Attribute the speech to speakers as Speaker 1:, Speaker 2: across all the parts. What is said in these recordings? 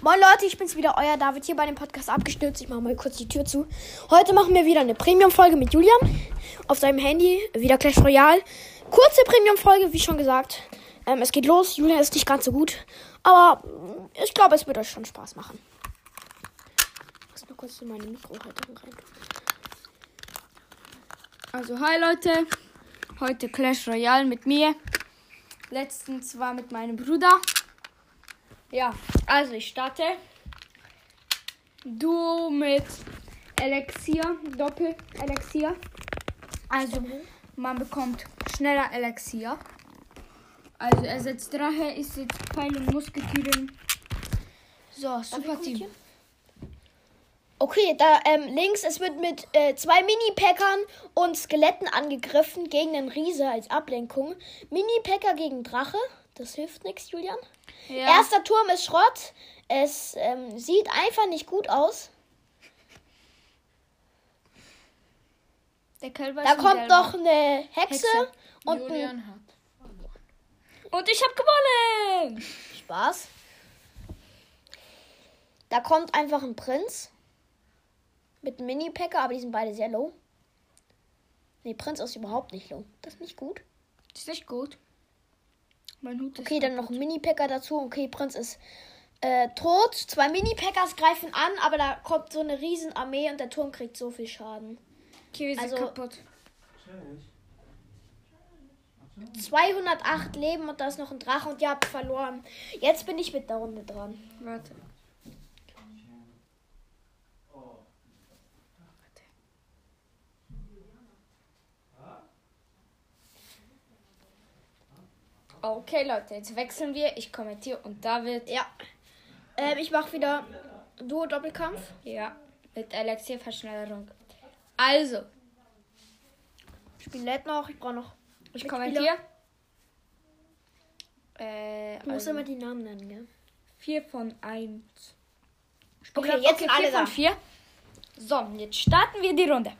Speaker 1: Moin Leute, ich bin's wieder, euer David hier bei dem Podcast abgestürzt. Ich mache mal kurz die Tür zu. Heute machen wir wieder eine Premium-Folge mit Julian auf seinem Handy. Wieder Clash Royale. Kurze Premium-Folge, wie schon gesagt. Ähm, es geht los. Julian ist nicht ganz so gut, aber mm, ich glaube, es wird euch schon Spaß machen. Ich muss mal kurz in meine Mikrohalterung rein.
Speaker 2: Also, hi Leute. Heute Clash Royale mit mir. Letztens war mit meinem Bruder. Ja, also ich starte. Duo mit Elixier, Doppel-Elixier. Also, man bekommt schneller Elixier. Also, ersetzt Drache, ist jetzt Pfeil und Musketieren. So, super Team.
Speaker 1: Okay, da ähm, links, es wird mit äh, zwei Mini-Packern und Skeletten angegriffen gegen den Riese als Ablenkung. Mini-Packer gegen Drache, das hilft nichts, Julian.
Speaker 2: Ja.
Speaker 1: Erster Turm ist Schrott. Es ähm, sieht einfach nicht gut aus.
Speaker 2: Der Kälber
Speaker 1: Da
Speaker 2: ist ein
Speaker 1: kommt
Speaker 2: Delver.
Speaker 1: noch eine Hexe,
Speaker 2: Hexe.
Speaker 1: und ein
Speaker 3: Julian hat.
Speaker 2: Und ich hab gewonnen!
Speaker 1: Spaß. Da kommt einfach ein Prinz mit einem Mini-Packer, aber die sind beide sehr low. Nee, Prinz ist überhaupt nicht low. Das ist nicht gut.
Speaker 2: Das ist nicht gut. Mein Hut ist.
Speaker 1: Okay, dann noch ein Mini-Packer dazu. Okay, Prinz ist äh, tot. Zwei Mini-Packers greifen an, aber da kommt so eine Riesenarmee und der Turm kriegt so viel Schaden.
Speaker 2: Okay, wir sind
Speaker 1: also-
Speaker 2: kaputt.
Speaker 1: 208 Leben und da ist noch ein Drache und ihr habt verloren. Jetzt bin ich mit der Runde dran.
Speaker 2: Warte. Okay, Leute, jetzt wechseln wir. Ich kommentiere und David.
Speaker 1: Ja. Ähm, ich mache wieder Duo-Doppelkampf.
Speaker 2: Ja, mit Alexia Verschnellerung. Also,
Speaker 1: Spiel lädt noch. Ich brauche noch.
Speaker 2: ich
Speaker 1: Mitspieler.
Speaker 2: kommentiere. Äh,
Speaker 1: Du musst
Speaker 2: also
Speaker 1: immer die Namen nennen, gell?
Speaker 2: 4 von 1.
Speaker 1: Okay, jetzt sind alle da.
Speaker 2: von 4. So, jetzt starten wir die Runde.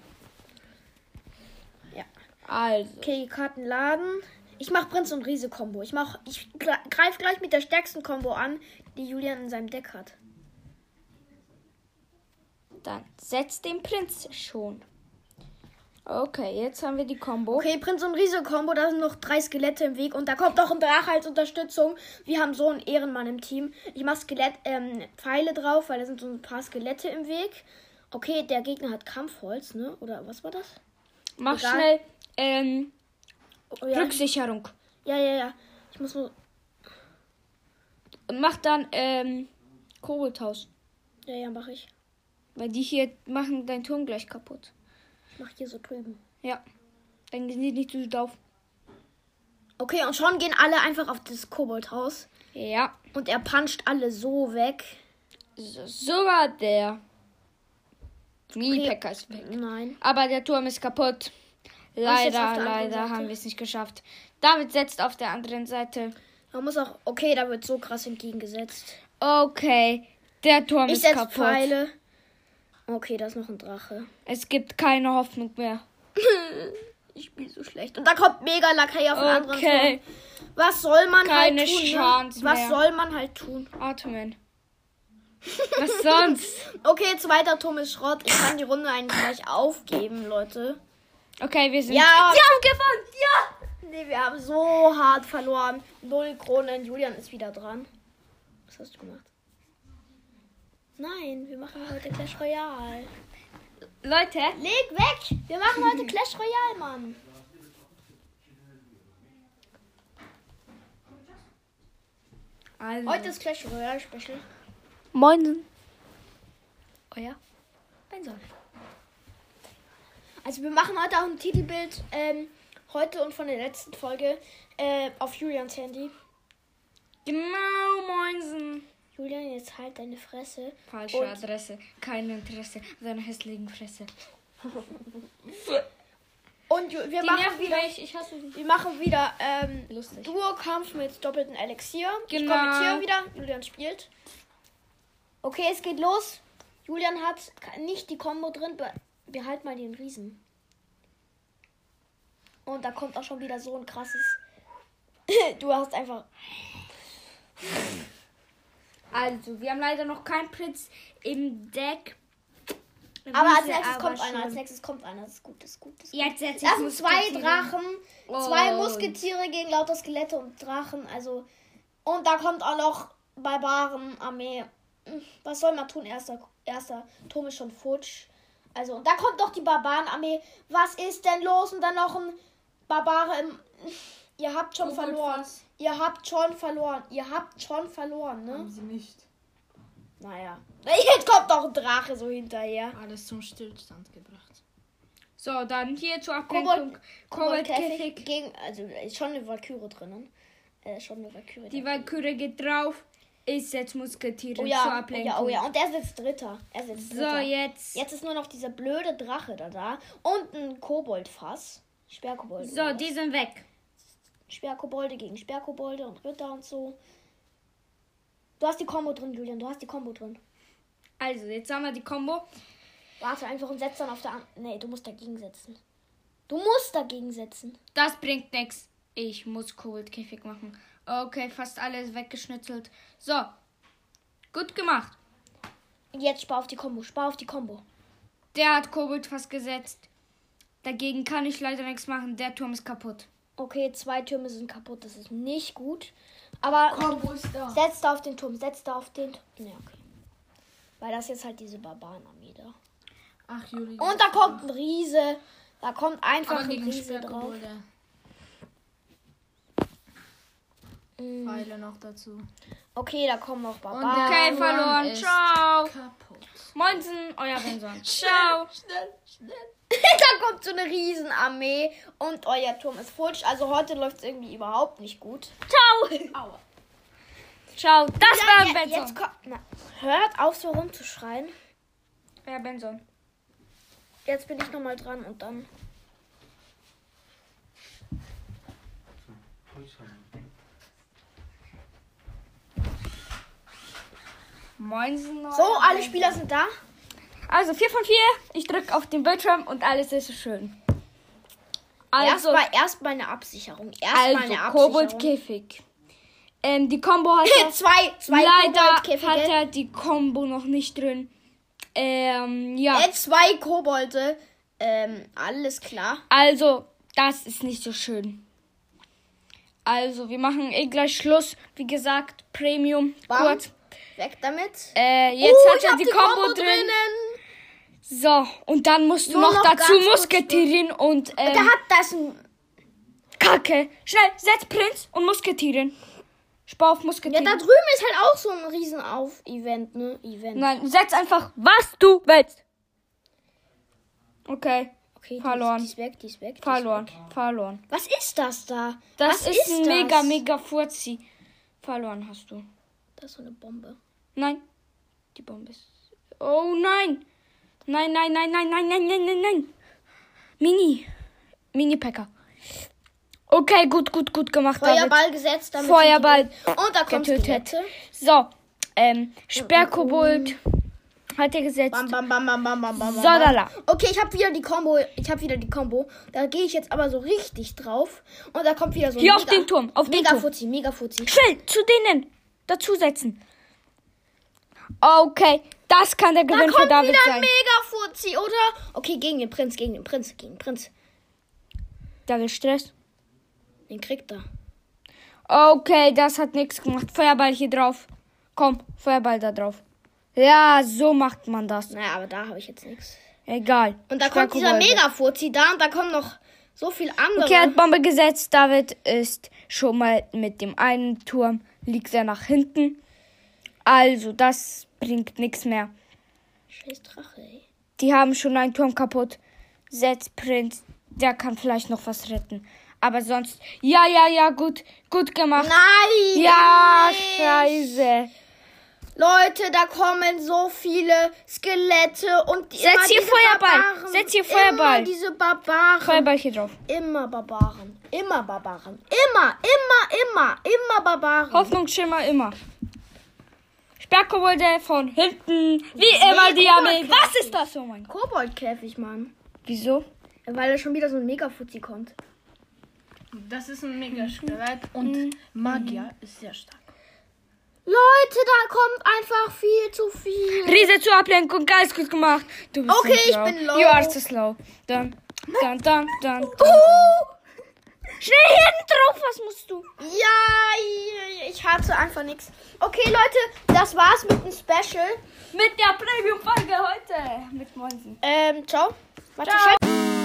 Speaker 1: Ja.
Speaker 2: Also,
Speaker 1: Okay, Karten laden. Ich mache Prinz und Riese Combo. Ich mach ich greife gleich mit der stärksten Combo an, die Julian in seinem Deck hat.
Speaker 2: dann setzt den Prinz schon. Okay, jetzt haben wir die Combo.
Speaker 1: Okay, Prinz und Riese Combo, da sind noch drei Skelette im Weg und da kommt noch ein Drache als Unterstützung. Wir haben so einen Ehrenmann im Team. Ich mache Skelett ähm, Pfeile drauf, weil da sind so ein paar Skelette im Weg. Okay, der Gegner hat Kampfholz, ne? Oder was war das?
Speaker 2: Mach
Speaker 1: egal.
Speaker 2: schnell ähm,
Speaker 1: Oh, ja.
Speaker 2: Rücksicherung.
Speaker 1: ja, ja, ja. Ich muss nur.
Speaker 2: Mach dann ähm, Koboldhaus.
Speaker 1: Ja, ja, mache ich.
Speaker 2: Weil die hier machen deinen Turm gleich kaputt.
Speaker 1: Ich mache hier so drüben.
Speaker 2: Ja. Dann gehen die nicht so gut auf.
Speaker 1: Okay, und schon gehen alle einfach auf das Koboldhaus.
Speaker 2: Ja.
Speaker 1: Und er puncht alle so weg.
Speaker 2: So, sogar der Mini-Packer ist weg.
Speaker 1: Nein.
Speaker 2: Aber der Turm ist kaputt.
Speaker 1: Was ist auf
Speaker 2: Leider,
Speaker 1: der anderen
Speaker 2: leider
Speaker 1: Seite?
Speaker 2: haben wir es nicht geschafft. David setzt auf der anderen Seite.
Speaker 1: Man muss auch. Okay, da wird so krass entgegengesetzt.
Speaker 2: Okay, der Turm
Speaker 1: Ich
Speaker 2: ist
Speaker 1: setze
Speaker 2: kaputt.
Speaker 1: Pfeile. Okay, da ist noch ein Drache.
Speaker 2: Es gibt keine Hoffnung mehr.
Speaker 1: Ich spiele so schlecht. Und da kommt mega Lakai auf den anderen
Speaker 2: Okay,
Speaker 1: Turm. Was soll man
Speaker 2: Keine
Speaker 1: halt tun? ne?
Speaker 2: Chance
Speaker 1: Was
Speaker 2: mehr.
Speaker 1: soll man halt tun?
Speaker 2: atmen. Was sonst?
Speaker 1: Okay, zweiter Turm ist Schrott. Ich kann die Runde eigentlich gleich aufgeben, Leute.
Speaker 2: Okay, wir sind.
Speaker 1: Ja.
Speaker 2: Wir haben gewonnen! Ja!
Speaker 1: Nee, wir haben so hart verloren. Null Kronen. Julian ist wieder dran. Was hast du gemacht? Nein, wir machen heute Clash Royale.
Speaker 2: Leute,
Speaker 1: Leg weg! Wir machen heute Clash Royale, Mann.
Speaker 2: also.
Speaker 1: Heute ist Clash Royale Special.
Speaker 2: Moin. Euer?
Speaker 1: Oh Mein Sohn. Also wir machen heute auch ein Titelbild ähm, heute und von der letzten Folge äh, auf Julians Handy.
Speaker 2: Genau, Moinsen.
Speaker 1: Julian, jetzt halt deine Fresse.
Speaker 2: Falsche
Speaker 1: Und-
Speaker 2: Adresse, kein Interesse an deiner hässlichen Fresse.
Speaker 1: Und Ju wir,
Speaker 2: Die
Speaker 1: machen
Speaker 2: nerven
Speaker 1: wieder,
Speaker 2: mich, ich hasse die.
Speaker 1: wir machen wieder ähm,
Speaker 2: Lustig.
Speaker 1: Duo-Kampf mit doppelten Elixier. Ich
Speaker 2: Genau.
Speaker 1: kommentiere wieder. Julian spielt. Okay, es geht los. Julian hat nicht die Combo drin. Be behalt mal den Riesen. Und da kommt auch schon wieder so ein krasses. du hast einfach.
Speaker 2: Also, wir haben leider noch keinen Prinz im Deck.
Speaker 1: Aber als
Speaker 2: Riese,
Speaker 1: nächstes
Speaker 2: aber
Speaker 1: kommt einer,
Speaker 2: schon.
Speaker 1: als nächstes kommt einer. Das ist gut, das ist gut. Das ist gut.
Speaker 2: Jetzt,
Speaker 1: Das
Speaker 2: jetzt, jetzt
Speaker 1: sind
Speaker 2: muss
Speaker 1: zwei
Speaker 2: Musketiere.
Speaker 1: Drachen, zwei
Speaker 2: Und-
Speaker 1: Musketiere gegen lauter Skelette und Drachen. Also und da kommt auch noch Barbarenarmee. Hm, Was soll man tun? Erster, erster Turm ist schon futsch. Also und da kommt doch die Barbarenarmee. Was ist denn los? Und dann noch ein Barbare im. hm, Ihr habt schon
Speaker 2: Oh,
Speaker 1: verloren.
Speaker 2: was.
Speaker 1: Ihr habt schon verloren. Ihr habt schon verloren, ne?
Speaker 2: Sie nicht.
Speaker 1: Naja. Jetzt kommt doch ein Drache so hinterher.
Speaker 2: Alles zum Stillstand gebracht. So, dann hier zur Ablenkung.
Speaker 1: Kobold, Kobold
Speaker 2: Kobold Käfig.
Speaker 1: Käfig. Gegen, also da ist schon eine Valkyrie drinnen. Äh, schon eine Valkyrie.
Speaker 2: Die
Speaker 1: da.
Speaker 2: Valkyrie geht drauf. Ist jetzt Musketiere
Speaker 1: oh,
Speaker 2: zur
Speaker 1: ja, oh
Speaker 2: Ablenkung.
Speaker 1: ja, oh ja. Und er sitzt Dritter. Er sitzt
Speaker 2: So,
Speaker 1: Dritter.
Speaker 2: jetzt.
Speaker 1: Jetzt ist nur noch dieser blöde Drache da da. Und ein Koboldfass. Sperrkobold.
Speaker 2: So, die sind weg.
Speaker 1: Sperrkobolde gegen Sperrkobolde und Ritter und so. Du hast die Combo drin, Julian. Du hast die Combo drin.
Speaker 2: Also, jetzt haben wir die Combo.
Speaker 1: Warte einfach und setz dann auf der an. Nee, du musst dagegen setzen. Du musst dagegen setzen.
Speaker 2: Das bringt nichts. Ich muss Koboldkäfig machen. Okay, fast alles weggeschnitzelt. So. Gut gemacht.
Speaker 1: Jetzt spar auf die Combo. Spar auf die Combo.
Speaker 2: Der hat Kobold fast gesetzt. Dagegen kann ich leider nichts machen. Der Turm ist kaputt.
Speaker 1: Okay, zwei Türme sind kaputt, das ist nicht gut. Aber
Speaker 2: Kombo ist da.
Speaker 1: setz da auf den Turm, setz da auf den Turm. Ja, okay. Weil das ist jetzt halt diese Barbarenarmee da.
Speaker 4: Ach, Juli.
Speaker 1: Und da kommt ein Riese. Da kommt einfach ein Riese drauf.
Speaker 4: Sperrkobolde.
Speaker 1: Äh.
Speaker 4: Pfeile noch dazu.
Speaker 1: Okay, da kommen auch
Speaker 4: der-
Speaker 1: Barbaren.
Speaker 2: Okay,
Speaker 4: Turm
Speaker 2: verloren.
Speaker 4: ist
Speaker 2: Ciao.
Speaker 4: Kaputt.
Speaker 2: Moinsen, euer Benson. Ciao.
Speaker 4: Schnell, schnell.
Speaker 1: da kommt so eine Riesenarmee und euer Turm ist futsch. Also heute läuft es irgendwie überhaupt nicht gut.
Speaker 2: Ciao.
Speaker 4: Aua.
Speaker 2: Ciao. Das
Speaker 1: Ja,
Speaker 2: war
Speaker 1: je- jetzt
Speaker 2: Benson.
Speaker 1: kommt, na, hört auf so rumzuschreien.
Speaker 2: Euer Benson.
Speaker 1: Jetzt bin ich nochmal dran und dann.
Speaker 2: Moinsen.
Speaker 1: So,
Speaker 2: euer
Speaker 1: alle
Speaker 2: Benson.
Speaker 1: Spieler sind da.
Speaker 2: Also 4 von 4. Ich drücke auf den Bildschirm und alles ist schön. Also,
Speaker 1: erstmal, erstmal eine Absicherung. Erstmal
Speaker 2: also
Speaker 1: eine Absicherung.
Speaker 2: Koboldkäfig. Ähm, die Combo hat er,
Speaker 1: zwei, zwei
Speaker 2: leider
Speaker 1: Koboldkäfige.
Speaker 2: hat er die Combo noch nicht drin. Ähm, ja.
Speaker 1: äh, zwei Kobolde. Ähm, alles klar.
Speaker 2: Also, das ist nicht so schön. Also, wir machen eh gleich Schluss. Wie gesagt, Premium.
Speaker 1: Bam.
Speaker 2: Kurz.
Speaker 1: Weg damit.
Speaker 2: Äh, jetzt
Speaker 1: Oh,
Speaker 2: hat
Speaker 1: ich
Speaker 2: er
Speaker 1: hab
Speaker 2: die, Combo drin.
Speaker 1: drinnen.
Speaker 2: So, und dann musst du
Speaker 1: Nur
Speaker 2: noch,
Speaker 1: noch
Speaker 2: dazu
Speaker 1: ganz kurz
Speaker 2: Musketieren und ähm,
Speaker 1: Der hat das. ein-
Speaker 2: Kacke. Schnell, setz Prinz und Musketieren. Spar auf
Speaker 1: Ja,
Speaker 2: Musketieren.
Speaker 1: da drüben ist halt auch so ein Riesenauf-Event, ne? Event.
Speaker 2: Nein, setz einfach, was du willst. Okay,
Speaker 1: Okay, die ist-
Speaker 2: verloren.
Speaker 1: Die ist weg, die ist weg. die ist
Speaker 2: verloren,
Speaker 1: weg.
Speaker 2: verloren.
Speaker 1: Was ist das da?
Speaker 2: Das
Speaker 1: Was
Speaker 2: ist, ein
Speaker 1: das?
Speaker 2: mega, mega Furzi. Verloren hast du.
Speaker 1: Das ist so eine Bombe.
Speaker 2: Nein, die Bombe ist... Oh nein. Nein, nein, nein, nein, nein, nein, nein, nein, nein. Mini. Mini-Packer. Okay, gut, gut, gut
Speaker 1: Oh
Speaker 2: gemacht, David.
Speaker 1: Feuerball gesetzt. Damit
Speaker 2: Feuerball.
Speaker 1: sind die- Und da kommt
Speaker 2: Getötet.
Speaker 1: Skelette.
Speaker 2: So, ähm, Sperrkobold hat er gesetzt.
Speaker 1: Bam, bam, bam, bam, bam, bam, bam.
Speaker 2: So,
Speaker 1: bam.
Speaker 2: da, da.
Speaker 1: Okay, ich habe wieder die Combo. Ich habe wieder die Combo. Da gehe ich jetzt aber so richtig drauf. Und da kommt wieder so ein
Speaker 2: Hier auf den Turm, auf den
Speaker 1: mega
Speaker 2: Turm.
Speaker 1: Fuzzi, mega Fuzzi.
Speaker 2: Schnell, zu denen. Dazusetzen. Okay, das kann der
Speaker 1: Da
Speaker 2: Gewinn für
Speaker 1: kommt
Speaker 2: David
Speaker 1: wieder ein
Speaker 2: sein.
Speaker 1: mega Fuzzi, oder? Okay, gegen den Prinz, gegen den Prinz, gegen den Prinz.
Speaker 2: David Stress.
Speaker 1: Den kriegt er.
Speaker 2: Okay, das hat nichts gemacht. Feuerball hier drauf. Komm, Feuerball da drauf. Ja, so macht man das.
Speaker 1: Naja, aber da habe ich jetzt nichts.
Speaker 2: Egal.
Speaker 1: Und da kommt dieser
Speaker 2: Sperrkobold.
Speaker 1: mega Fuzzi da und da kommen noch so viel andere.
Speaker 2: Okay, er hat Bombe gesetzt. David ist schon mal mit dem einen Turm. Liegt er nach hinten. Also, das bringt nichts mehr.
Speaker 1: Scheiß Drache, ey.
Speaker 2: Die haben schon einen Turm kaputt. Setz Prinz. Der kann vielleicht noch was retten. Aber sonst. Ja, ja, ja, gut. Gut gemacht.
Speaker 1: Nein!
Speaker 2: ja,
Speaker 1: nicht.
Speaker 2: scheiße.
Speaker 1: Leute, da kommen so viele Skelette und die
Speaker 2: Setz
Speaker 1: immer
Speaker 2: hier
Speaker 1: diese
Speaker 2: Feuerball.
Speaker 1: Barbaren.
Speaker 2: Setz hier Feuerball.
Speaker 1: Immer diese Barbaren.
Speaker 2: Feuerball hier drauf.
Speaker 1: Immer Barbaren. Immer Barbaren. Immer, immer, immer, immer Barbaren.
Speaker 2: Hoffnungsschimmer immer. Sperrkobolde von hinten. Wie immer die Armee. Was ist das? Oh mein Gott.
Speaker 1: Koboldkäfig, Mann.
Speaker 2: Wieso?
Speaker 1: Weil da schon wieder so ein Megafuzzi kommt. Mhm.
Speaker 4: Das ist ein mega Skelett und Magier ist sehr stark.
Speaker 1: Leute, Leute, da kommt einfach viel zu viel.
Speaker 2: Riese zur Ablenkung, geil, gut gemacht. Du bist
Speaker 1: Okay,
Speaker 2: so
Speaker 1: ich
Speaker 2: slow.
Speaker 1: bin low.
Speaker 2: You are so slow. Dann, dann, dann, dann. Oh! Schnell hinten drauf, was musst du?
Speaker 1: Ja, ich hatte einfach nichts. Okay, Leute, das war's mit dem Special.
Speaker 2: Mit der Premium-Folge heute. Mit Monsen.
Speaker 1: Ähm, ciao. Warte,
Speaker 2: Ciao.
Speaker 1: ciao.